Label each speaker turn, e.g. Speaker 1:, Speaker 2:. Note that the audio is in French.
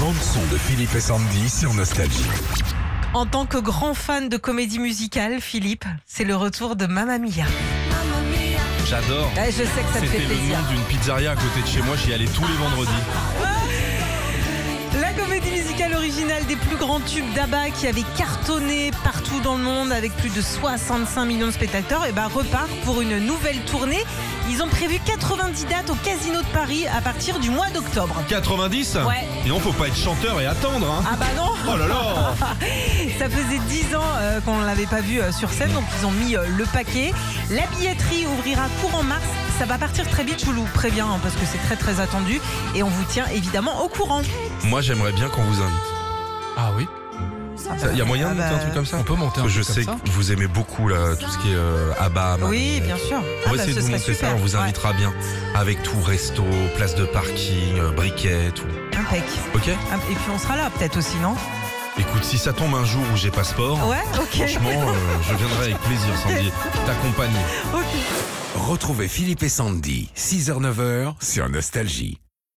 Speaker 1: bande-son de Philippe et Sandy sur Nostalgie.
Speaker 2: En tant que grand fan de comédie musicale, Philippe, c'est le retour de Mamma Mia.
Speaker 3: J'adore.
Speaker 2: Ouais, je sais que Ah, ça te fait
Speaker 3: C'était le
Speaker 2: plaisir.
Speaker 3: nom d'une pizzeria à côté de chez moi, j'y allais tous les vendredis.
Speaker 2: La comédie musicale originale des plus grands tubes d'ABBA qui avait cartonné partout dans le monde avec plus de 65 millions de spectateurs et ben repart pour une nouvelle tournée. Ils ont prévu 90 dates au Casino de Paris à partir du mois d'octobre.
Speaker 3: 90
Speaker 2: Ouais.
Speaker 3: Et non, faut pas être chanteur et attendre, hein.
Speaker 2: Ah bah non
Speaker 3: Oh là là
Speaker 2: Ça faisait 10 ans euh, qu'on ne l'avait pas vu euh, sur scène, donc ils ont mis euh, le paquet. La billetterie ouvrira courant mars. Ça va partir très vite, je vous le préviens, hein, parce que c'est très très attendu. Et on vous tient évidemment au courant.
Speaker 3: Moi, j'aimerais bien qu'on vous invite.
Speaker 4: Ah oui,
Speaker 3: Il y a moyen
Speaker 2: Ah
Speaker 3: de monter
Speaker 2: bah,
Speaker 3: un truc comme ça
Speaker 4: on peut monter un peu
Speaker 3: Je
Speaker 4: comme
Speaker 3: sais
Speaker 4: ça.
Speaker 3: que vous aimez beaucoup là, tout ce qui est euh, Abba. Mamma
Speaker 2: Oui,
Speaker 3: Mia.
Speaker 2: bien
Speaker 3: On
Speaker 2: sûr. Ah
Speaker 3: va
Speaker 2: bah,
Speaker 3: essayer de vous
Speaker 2: ce serait
Speaker 3: montrer ça,
Speaker 2: super.
Speaker 3: on vous
Speaker 2: Ouais,
Speaker 3: invitera bien. Avec tout, resto, place de parking, euh, briquet, tout.
Speaker 2: impec.
Speaker 3: Ok
Speaker 2: Ah, Et puis on sera là peut-être aussi, non
Speaker 3: Écoute, si ça tombe un jour où j'ai pas sport,
Speaker 2: Ouais, ok.
Speaker 3: franchement, euh, je viendrai avec plaisir, Sandy. T'accompagner.
Speaker 2: Ok.
Speaker 1: Retrouvez Philippe et Sandy, 6h-9h sur Nostalgie.